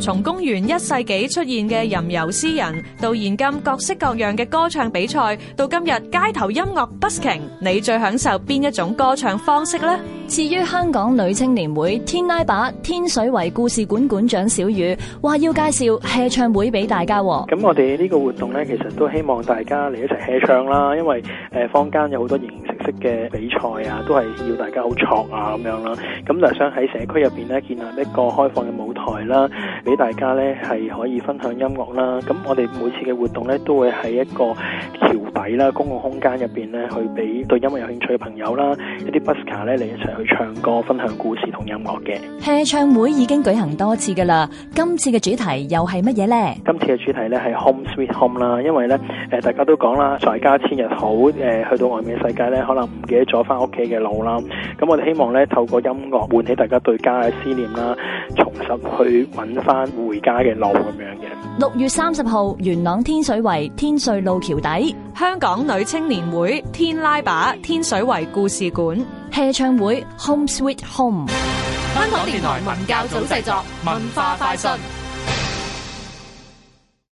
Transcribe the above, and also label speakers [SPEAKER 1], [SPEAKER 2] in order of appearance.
[SPEAKER 1] 從公元一世紀出現嘅吟遊詩人，到現今各式各樣嘅歌唱比賽，到今日街頭音樂 busking，你最享受邊一種歌唱方式呢？
[SPEAKER 2] 至於香港女青年會天拉把天水圍故事館館長小雨話要介紹 hea 唱會俾大家喎，
[SPEAKER 3] 咁我哋呢個活動呢，其實都希望大家嚟一齊 hea 唱啦，因為誒、呃坊間有好多形形色色嘅比賽啊，都係要大家好挫啊咁樣啦。咁就想喺社區入邊呢，建立一個開放嘅舞台啦，俾大家呢係可以分享音樂啦。咁我哋每次嘅活動呢，都會喺一個橋底啦、公共空間入邊呢，去俾對音樂有興趣嘅朋友啦，一啲 busker 呢嚟一齊去唱歌、分享故事同音樂嘅。
[SPEAKER 2] hea 唱會已經舉行多次㗎啦，今次嘅主題又係乜嘢呢？
[SPEAKER 3] 今次嘅主題咧係 Home Sweet Home 啦，因為咧誒、呃大家都講啦，在家千日好誒、呃去到外面嘅世界咧，可能唔記得咗翻屋企嘅路啦。咁我哋希望咧透過音樂喚起大家對家嘅思念啦，重拾去揾翻回家嘅路咁樣嘅。
[SPEAKER 2] 六月三十號元朗天水圍天瑞路橋底
[SPEAKER 1] 香港女青年會天拉把天水圍故事館。
[SPEAKER 2] hea 唱會 Home Sweet Home。
[SPEAKER 4] 香港電台文教組製作，文化快訊。